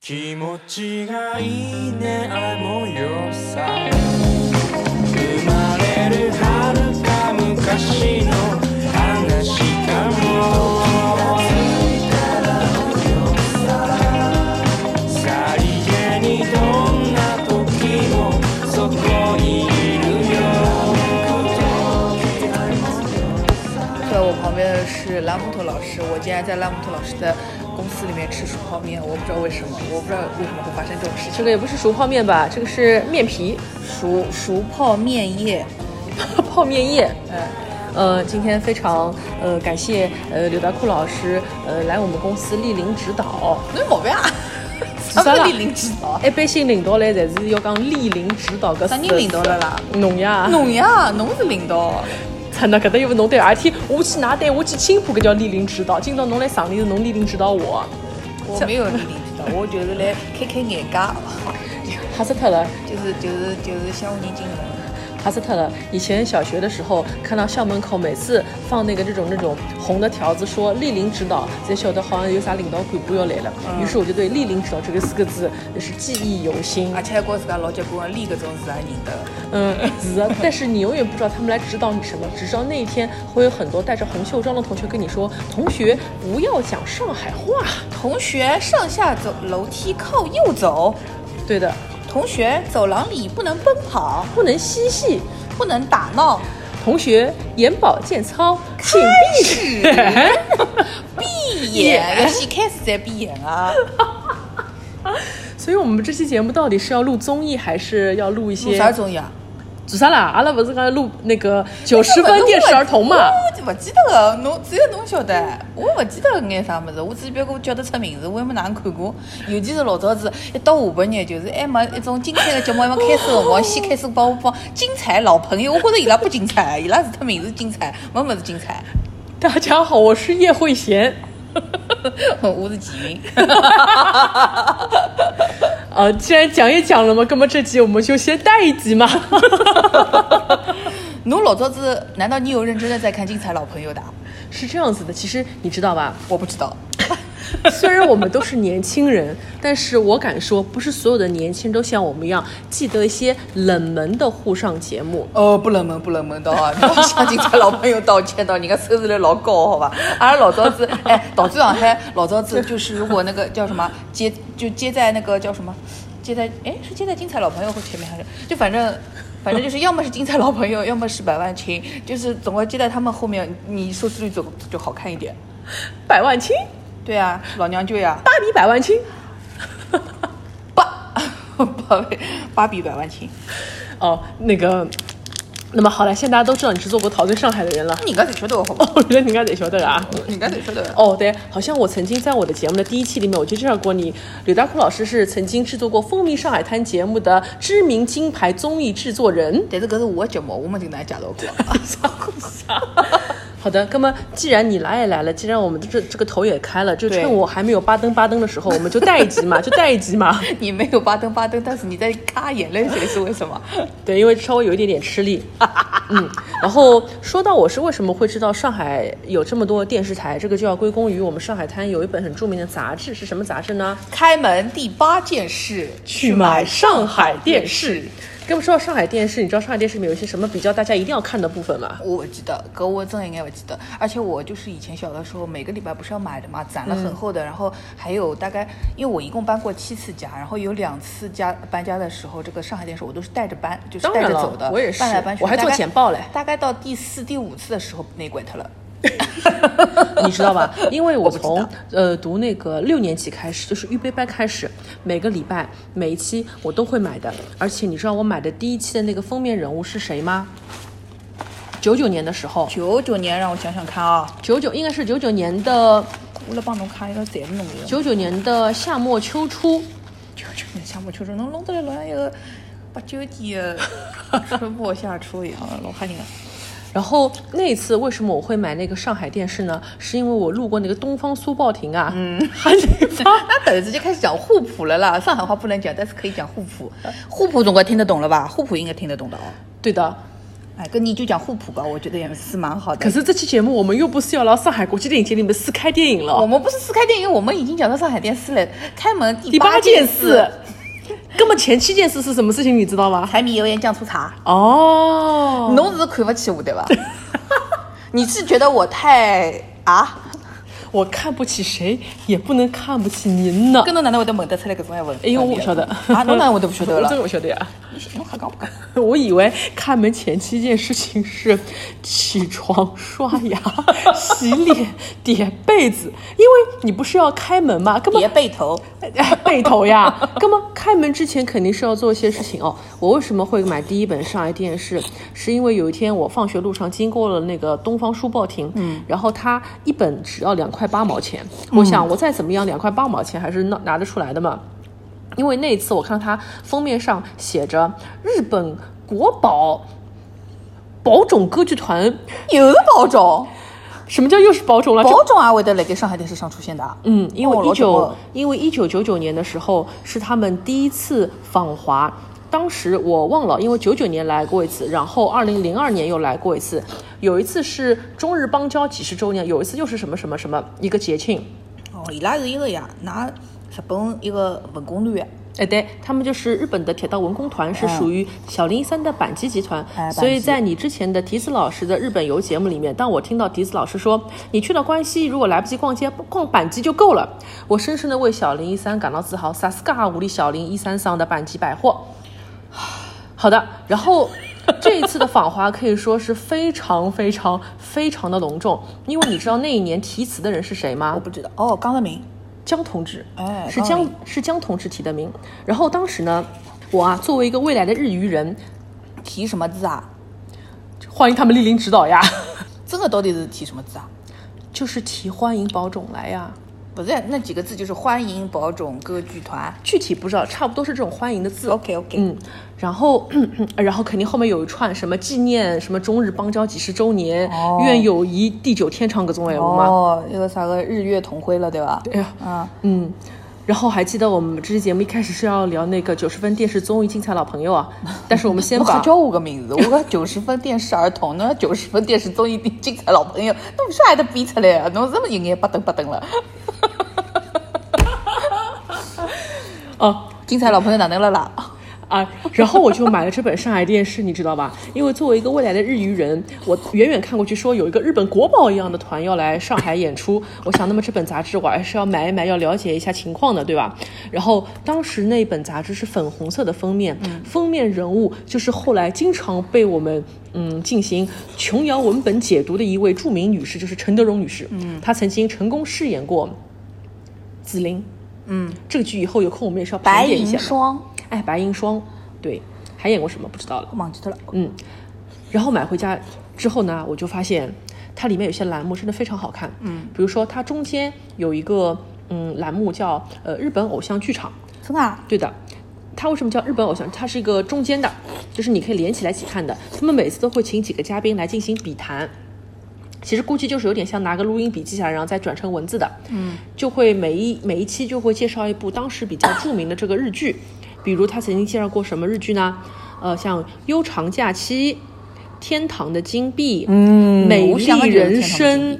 気持ちがいいねあの夜さ生まれる遥か昔の話かもさりげにどんな時もそこにいる在我旁边的是拉木头老师，我竟然在拉木头老师的公司里面吃薯泡面，我不知道为什么，我不知道为什么会发生这种事情。这个也不是熟泡面吧？这个是面皮熟熟泡面业，泡面液。嗯，呃，今天非常呃感谢呃刘大库老师呃来我们公司莅临指导。没毛病 啊，啥啦啥人领指导？啊一般性领导来侪是要讲莅临指导搿啥人领导了啦？侬呀，侬呀，侬是领导，才 那搿搭又勿侬对，而天我去哪对，我去青浦搿叫莅临指导。今朝侬来上里是侬莅临指导我，我没有领指导，我就是来开开眼界，啊吓死脱了。就是就是就是乡下人精神。哈斯特了。以前小学的时候，看到校门口每次放那个这种那种红的条子，说莅临指导，才晓得好像有啥领导干部要来了。于是我就对“莅临指导”这个四个字也是记忆犹新。而且还告自家老结棍，立搿种事也认得。嗯，是啊，但是你永远不知道他们来指导你什么，只知道那一天会有很多带着红袖章的同学跟你说：“同学，不要讲上海话。同学上下走楼梯靠右走，”对的，同学走廊里不能奔跑，不能嬉戏。不能打闹。同学，眼保健操，请闭眼。闭眼，要先开始再闭眼啊！所以我们这期节目到底是要录综艺，还是要录一些录啥综艺啊？做啥啦？阿拉不是讲录那个九十分电视儿童嘛？哎我勿记得个，侬只有侬晓得，我勿记得眼啥物事，我只是别个我叫得出名字，我也没哪能看过。尤其是老早子一到下半日，就是还没一种精彩的节目还没开始的辰光，先开始帮我放精彩老朋友，我觉着伊拉不精彩，伊拉除脱名字精彩，没么子精彩。 大家好，我是叶慧娴。我是齐云，呃，既然讲也讲了嘛，那么这集我们就先带一集嘛。 侬老早子难道你有认真的在看精彩老朋友的啊？是这样子的，其实你知道吧？我不知道。虽然我们都是年轻人， 但是我敢说，不是所有的年轻人都像我们一样记得一些冷门的沪上节目。哦，不冷门不冷门的啊！你要向警察老朋友道歉的，人家收视率老高，好吧？ 阿拉老早子，哎，导致上海老早 子就是如果那个叫什么接，就接在那个叫什么，接在哎是接在精彩老朋友或前面还是就反正。反正就是要么是精彩老朋友，要么是百万青，就是总归接在他们后面，你收视率就就好看一点。百万青，对啊，老娘舅呀，芭比百万青。八 八位八比百万青，哦，那个，那么好了，现在大家都知道你是做过《逃罪上海》的人了。 你刚才晓得我好吧？哦，原来你应该得晓得啊。你刚才晓得。哦，对，好像我曾经在我的节目的第一期里面，我就介绍过你，刘大库老师是曾经制作过《风靡上海滩》节目的知名金牌综艺制作人。但是搿是我的节目，我没跟大家介绍过。 好的，那么既然你来也来了，既然我们这这个头也开了，就对趁我还没有巴登巴登的时候，我们就带一集嘛，就带一集嘛。 你没有巴登巴登，但是你在擦眼泪，这个是为什么？ 对，因为稍微有一点点吃力。嗯，然后说到我是为什么会知道上海有这么多电视台，这个就要归功于我们上海滩有一本很著名的杂志，是什么杂志呢？开门第八件事，去买上海电视。嗯跟我们说到上海电视，你知道上海电视里面有一些什么比较大家一定要看的部分 吗？我不记得，哥我真的应该不记得。而且我就是以前小的时候，每个礼拜不是要买的嘛，攒了很厚的。然后还有大概，因为我一共搬过七次家，然后有两次家搬家的时候，这个上海电视我都是带着搬，就是当带然着了走的，我也是搬来搬去，我还做大概简报嘞大概到第四、第五次的时候，内拐它了。你知道吧？因为我从我呃读那个六年级开始，就是预备班开始，每个礼拜每一期我都会买的。而且你知道我买的第一期的那个封面人物是谁吗？九九年的时候，九九年，让我想想看啊，九九应该是九九年的我来帮侬看一个侪是侬个。九九年的夏末秋初，九九年夏末秋初，侬弄得来老像一个八九年的春末夏初一样，老吓人了。 然后那一次为什么我会买那个上海电视呢？是因为我路过那个东方苏报亭啊，嗯，还得发。那等于直接开始讲互补了啦，上海话不能讲，但是可以讲互补。互补总归听得懂了吧？互补应该听得懂的哦。 对的，哎，跟你就讲互补吧，我觉得也是蛮好的。可是这期节目我们又不是要到上海国际电影节里面试开电影我了，们不是四开电影，我们已经讲到上海电视了，开门第第八件件事，根本前七件事是什么事情你知道吗？柴米油盐酱醋茶，哦，侬是看不起我对吧？ 你是觉得我太啊？我看不起谁，也不能看不起您呢。跟侬哪能会得问得出来搿种闲问？哎呦，我不晓得啊，侬哪能会得不 晓得这了个？我晓得呀。侬瞎讲 不讲？我以为开门前七件事情是起床、刷牙、洗脸、叠被子，因为你不是要开门嘛，根本别背头，哎， 背头呀。那么开门之前肯定是要做一些事情哦。我为什么会买第一本上海电视？是因为有一天我放学路上经过了那个东方书报亭，嗯，然后它一本只要两块八毛钱，我想我再怎么样两块八毛钱还是拿拿得出来的嘛。因为那一次我看到它封面上写着日本国宝宝冢歌剧团，又是保种，什么叫又是宝冢了？啊这保种也会得辣盖上海电视上出现的啊。嗯，因为哦一老九、久了因为一九九九年的时候是他们第一次访华，当时我忘了，因为九九年来过一次，然后二零零二年又来过一次，有一次是中日邦交几十周年，有一次又是什么什么什么一个节庆，哦，伊拉是一个呀，拿日本一个文工啊团的，哎，对他们就是日本的铁道文工团，是属于小林三的阪急集团。哎所阪以急在你之前的笛子老师的日本游节目里面，当我听到笛子老师说你去了关西，如果来不及逛街，逛阪急就够了，我深深的为小林一三感到自豪。萨斯卡无力小林一三上的阪急百货。 好的，然后这一次的访华可以说是非常非常非常的隆重，因为你知道那一年提词的人是谁吗我？不知道。哦，江泽民，江同志，哎是高江明是江同志提的名。然后当时呢，我啊作为一个未来的日语人，提什么字啊？欢迎他们莅临指导呀， 真的到底是提什么字啊？就是提欢迎宝冢来呀。不是那几个字，就是欢迎宝冢歌剧团。具体不知道，差不多是这种欢迎的字。 OK OK，、嗯，然后然后肯定后面有一串什么纪念什么中日邦交几十周年，哦愿友谊地久天长各种哎物嘛。哦，一个啥个日月同辉了，对吧？对呀啊，嗯，然后还记得我们这期节目一开始是要聊那个九十分电视综艺《精彩老朋友》啊，但是我们先侬把还叫 我个名字，我个 九十分电视儿童，侬九十分电视综艺精彩老朋友，侬啥还得编出来啊？侬这么一眼巴登巴登了，哦精彩老朋友哪能了啦？啊，然后我就买了这本上海电视，你知道吧？因为作为一个未来的日语人，我远远看过去说有一个日本国宝一样的团要来上海演出，我想那么这本杂志我还是要买一买，要了解一下情况的，对吧？然后当时那本杂志是粉红色的封面，封面人物就是后来经常被我们。嗯，进行琼瑶文本解读的一位著名女士，就是陈德容女士。嗯，她曾经成功饰演过紫菱。嗯，这个剧以后有空我们也是要白盘点一下银的。霜，哎，白银霜，对，还演过什么不知道了。忘记掉了。嗯，然后买回家之后呢，我就发现它里面有些栏目真的非常好看。嗯，比如说它中间有一个嗯栏目叫呃日本偶像剧场，真的啊？对的。它为什么叫日本偶像？它是一个中间的，就是你可以连起来一起看的。他们每次都会请几个嘉宾来进行笔谈，其实估计就是有点像拿个录音笔记下来，然后再转成文字的。嗯，就会每一每一期就会介绍一部当时比较著名的这个日剧，比如他曾经介绍过什么日剧呢？呃，像《悠长假期》《天堂的金币》嗯美我丽想的就是人天堂的金生》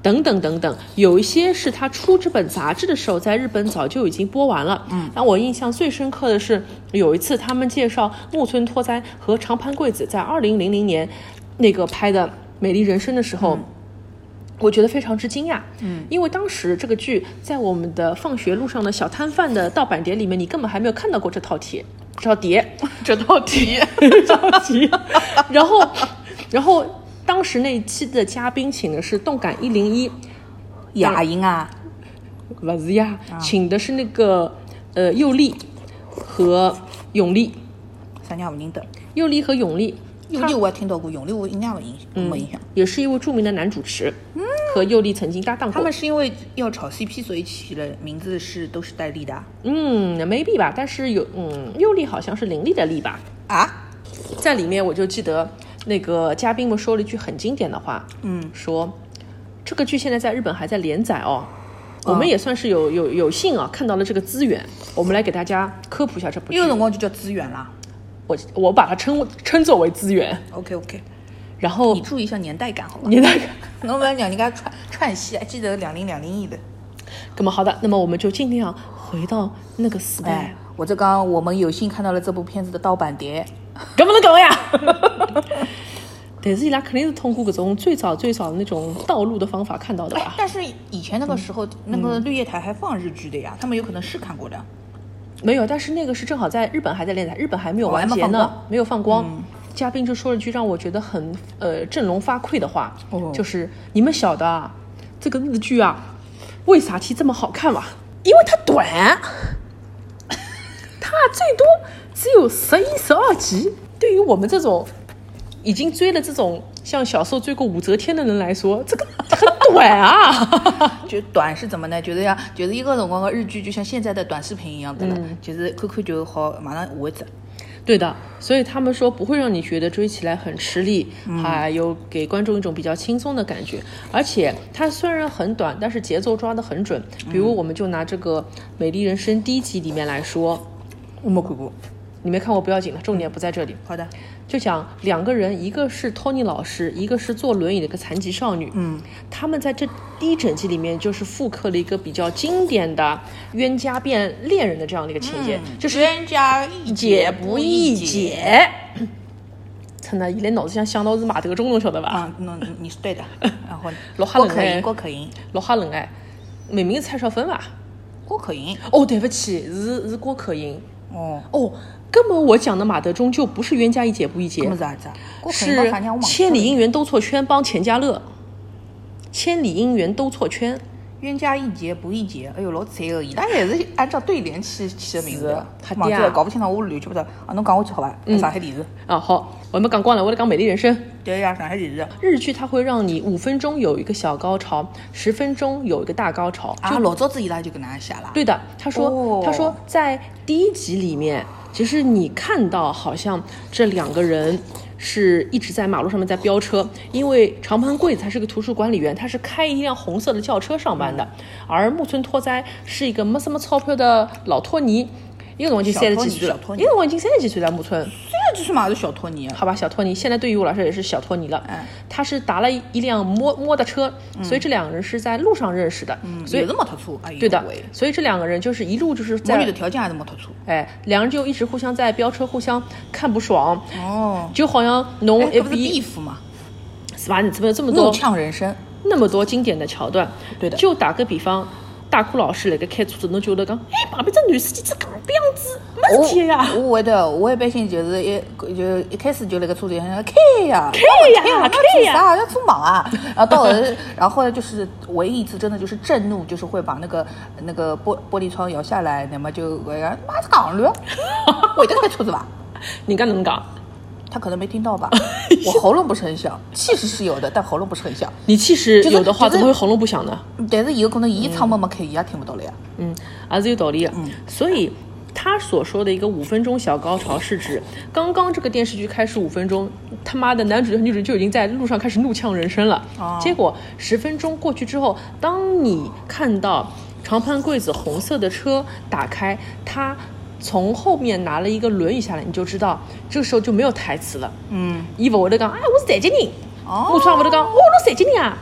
等等等等，有一些是他出这本杂志的时候，在日本早就已经播完了。嗯，那我印象最深刻的是有一次他们介绍木村拓哉和长盘贵子在二零零零年那个拍的《美丽人生》的时候。我觉得非常之惊讶，嗯，因为当时这个剧在我们的放学路上的小摊贩的盗版碟里面，你根本还没有看到过这套碟， 这套碟，这道题， 着急。然后，然后当时那一期的嘉宾请的是动感一零一，雅音啊，不是呀，请的是那个呃佑利和永利，啥人也勿认得。佑利和永利，永利我也听到过，永利我印象勿印没印象。也是一位著名的男主持，和佑利曾经搭档过。嗯他们是因为要炒 CP，所以起了名字是都是戴笠的啊嗯，maybe 吧，但是有嗯，佑利好像是林立的利吧，啊？在里面我就记得那个嘉宾们说了一句很经典的话，嗯，说这个剧现在在日本还在连载哦。啊我们也算是有有有幸啊，看到了这个资源，我们来给大家科普一下这部剧。有辰光就叫资源啦。我我把它称称作为资源， OK OK，然后你注意一下年代感好吧？ 你那个。能不能讲你给他串串戏？还记得两零两零一的？那么好的，那么我们就尽量回到那个时代哎。，我这刚我们有幸看到了这部片子的盗版碟，搿么能讲呀？但是伊拉肯定是通过搿种最早最早的那种道路的方法看到的吧？哎但是以前那个时候，那个绿叶台还放日剧的呀，他们有可能是看过的。没有，但是那个是正好在日本还在连载，日本还没有完结哦还没呢，放光没有放光。嗯嘉宾就说了一句让我觉得很呃振聋发聩的话，哦就是你们晓得啊，这个日剧啊，为啥体这么好看嘛？因为它短， 它最多只有十一、十二集。对于我们这种已经追了这种像小时候追过武则天的人来说，这个很短啊。就短是怎么呢？就是像就是一个辰光个日剧，就像现在的短视频一样的了，就是看看就好，马上下一只。对的，所以他们说不会让你觉得追起来很吃力，还有给观众一种比较轻松的感觉。而且它虽然很短，但是节奏抓得很准。比如我们就拿这个《美丽人生》第一集里面来说，我没看过。你没看过不要紧了，重点不在这里。好的，就讲两个人，一个是托尼老师，一个是坐轮椅的一个残疾少女。嗯，他们在这第一整季里面就是复刻了一个比较经典的冤家变恋人的这样的一个情节，就是冤家宜解解不不易宜解。解。真的，伊拉脑子里向想到是马德钟，侬晓得伐？啊，那你你是 对的。然后老哈郭人可哎盈，郭可盈，老吓人哎！明明是蔡少芬伐？郭可盈。哦，对不起，是是郭可盈。哦，哦，根本我讲的马德钟就不是冤家宜解不宜那解么，是啥子啊？郭可盈帮是啥人我忘记千里了姻缘兜错圈帮钱嘉乐，千里姻缘兜错圈。冤家宜解不宜结，哎哟，老惨哦！伊拉也是按照对联起起的名字，是忘记瞎嗲了，搞不清爽，我乱七八糟。啊，侬讲我去好吧？上海电视，啊，好，我们讲光了，我来讲美丽人生。对呀，上海电视。日剧它会让你五分钟有一个小高潮，十分钟有一个大高潮，啊，老早子伊拉就搿能样写啦。对的，他说，哦他说在第一集里面，其实你看到好像这两个人是一直在马路上面在飙车，因为长盘贵子他是个图书管理员，他是开一辆红色的轿车上班的，而木村拓哉是一个没什么钞票的老托尼。一个我已经三十几岁了小托，尼因为我已经三十几岁了，木村，那就是嘛是小托尼啊。好吧，小托尼现在对于我来说也是小托尼了。哎他是打了一辆摸摸的车，所以这两个人是在路上认识的，所也以是摩托车，哎呦对的喂，所以这两个人就是一路就是在魔女的条件还是摩托车。哎，两人就一直互相在飙车，互相看不爽，哦，就好像侬哎，一搿不是比 beef 嘛？是吧？你怎么有这么怒多呛人生，那么多经典的桥段？对的就打个比方，大哭老师那个开车子，侬觉得讲，哎，旁边这男司机这戆逼样子，没 事体呀，我我会哦的，我一般性就是一就一开始就那个车队想开呀，开呀要开做呀啥？要做忙啊！然后到了，然后后来就是唯一一次真的就是震怒，就是会把那个那个玻玻璃窗摇下来，那么就我讲妈是戆 驴，会得开车子吧？人家哪能讲？他可能没听到 吧？我喉咙不是很响，气势是有的，但喉咙不是很响。你其实就是有的话，就是怎么会喉咙不响呢？但是有可能伊窗门没开，伊也听不到了呀。嗯，还是有道理的。所以他所说的一个五分钟小高潮，是指刚刚这个电视剧开始五分钟，他妈的男主角和女主角就已经在路上开始怒呛人生了。哦结果十分钟过去之后，当你看到长盘贵子红色的车打开，他。从后面拿了一个轮椅下来，你就知道这时候就没有台词了。嗯，伊勿会得讲，哎，我是残疾人。哦木川勿会得讲，哦，侬残疾人啊。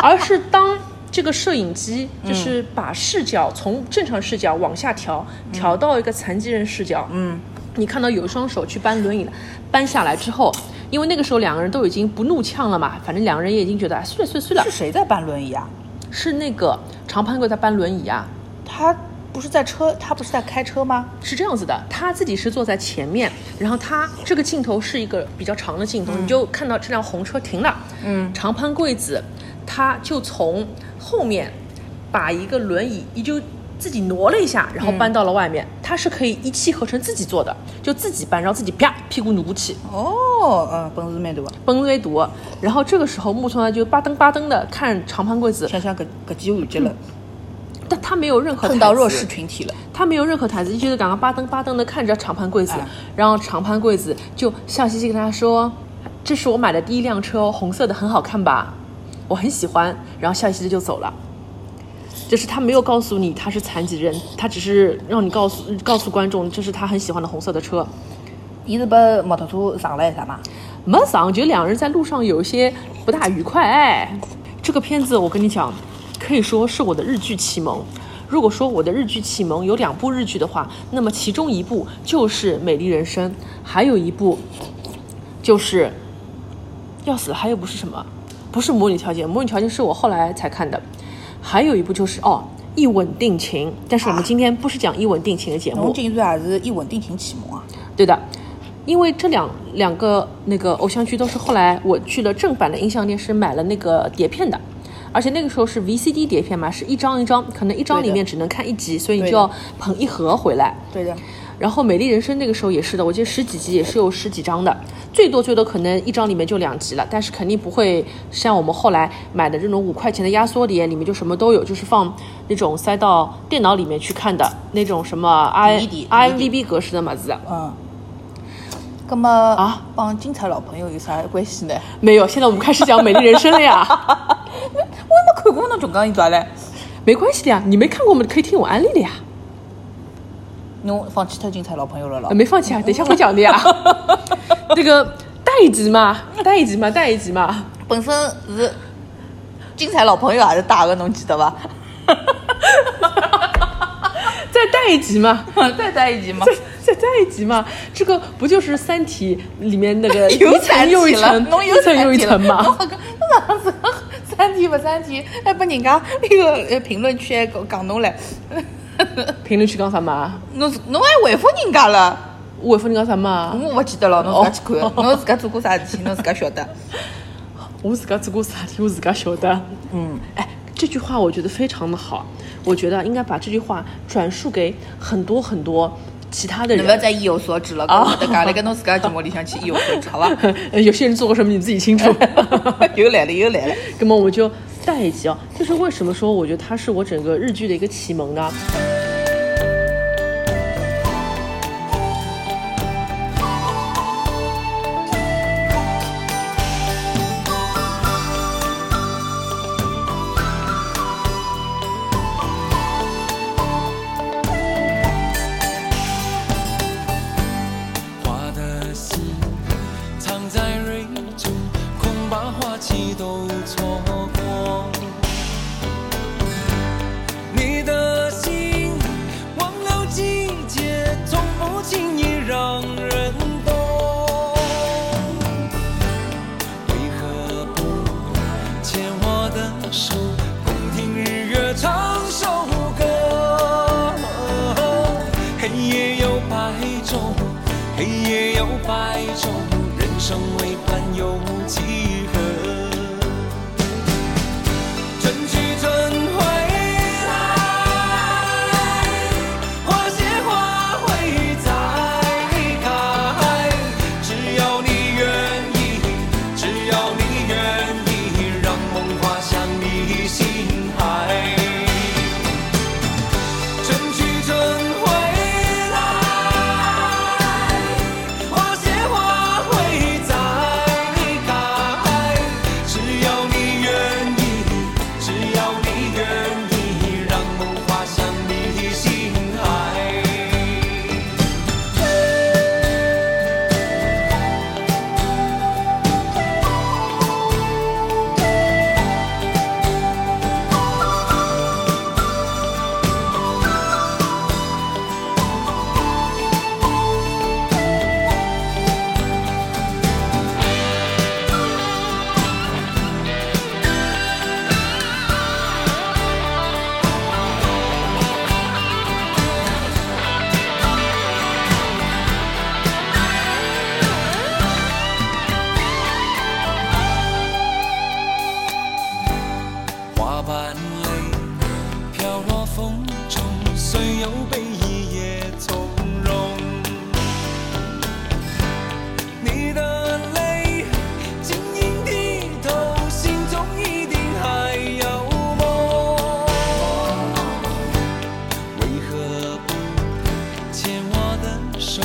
而是当这个摄影机就是把视角从正常视角往下调，调到一个残疾人视角，嗯，你看到有一双手去搬轮椅了，搬下来之后，因为那个时候两个人都已经不怒呛了嘛，反正两个人也已经觉得哎，算了算了算了是，谁在搬轮椅啊？是那个长盘贵在搬轮椅啊。他不是在车，他不是在开车吗？是这样子的，他自己是坐在前面，然后他这个镜头是一个比较长的镜头，嗯你就看到这辆红车停了，嗯，长潘贵子，他就从后面把一个轮椅，也就自己挪了一下，然后嗯搬到了外面，他是可以一气呵成自己做的，就自己搬，然后自己啪屁股努起，哦，嗯，本事蛮大，崩追毒，然后这个时候木村呢就吧噔吧噔的看长潘贵子，想想搿搿几完结了，但他没有任何嗯碰到台词弱势群体了。他没有任何台词，就是刚刚巴登巴登的看着长盘贵子，哎然后长盘贵子就笑嘻嘻跟他说：“这是我买的第一辆车哦，红色的，很好看吧？我很喜欢。”然后笑嘻嘻就走了。就是他没有告诉你他是残疾人，他只是让你告诉告诉观众这是他很喜欢的红色的车。伊是被摩托车撞了还是啥嘛？没上，就两人在路上有一些不大愉快。哎，这个片子我跟你讲，可以说是我的日剧启蒙。如果说我的日剧启蒙有两部日剧的话，那么其中一部就是《美丽人生》，还有一部就是要死了，还有部是什么？不是《魔女条件》，《魔女条件》是我后来才看的，还有一部就是哦，《一吻定情》。但是我们今天不是讲《一吻定情》的节目侬，竟然也是以稳定情启蒙啊？对的，因为这两两个那个偶像剧都是后来我去了正版的音像店是买了那个碟片的，而且那个时候是 VCD 碟片嘛，是一张一张，可能一张对里的面只能看一集，所以你对就的要捧一盒回来。对的，然后《美丽人生》那个时候也是的，我记得十几集也是有十几张的，最多最多可能一张里面就两集了，但是肯定不会像我们后来买的这种五块钱的压缩碟，里面就什么都有，就是放那种塞到电脑里面去看的那种什么 i 迷底 IMDB 格式的么子。嗯。那么啊，帮警察老朋友有啥关系呢？没有，现在我们开始讲《美丽人生》了呀。我也没看过侬总讲伊啥嘞？没关系的呀，你没看过我们可以听我安利的呀。侬放弃脱警察老朋友了咯呃？没放弃哦啊，等一下我讲的呀。 那个带一集嘛，带一集嘛，带一集嘛。本身是警察老朋友还是打个，侬记得伐？再带一集嘛， 再在一起吗 再再带一集嘛，这个不就是《三体》里面那个 有一层又一层，侬有一层又一 层嘛？侬哪能 三体勿三哎体，还拨人家那个呃评论区还讲讲侬嘞，评论区讲什么？ 侬是侬还回复人家了，我回复你讲什么？我勿记得了，侬自家去哦看，侬自家做过啥事体，侬自家晓 得。我自家做过啥体，我自家晓得。嗯，哎，这句话我觉得非常的好，我觉得应该把这句话转述给很多很多其他的侬勿要人。再意有所指了，跟我得讲来跟侬自家节目里向去意有所指，好伐？ 呃有些人做过什么你自己清楚。 又来了，又来了。那么我们就带一集啊，就是为什么说我觉得它是我整个日剧的一个启蒙呢？花的心藏在蕊中，恐怕花期都错过。你的心忘了季节，从不轻易让人懂。为何不牵我的手，共听日月唱首歌？黑夜有白昼，黑夜有白昼，人生为盼有几何？春去春回来，花谢花会再开。只要你愿意，只要你愿意，让梦划向你心海。春去春回来，花谢花会再开。只要你愿意，只要你愿意，让梦划向你心海。花瓣泪飘落风中，虽有悲意也从容。你的泪晶莹剔透，心中一定还有梦。为何不牵我的手，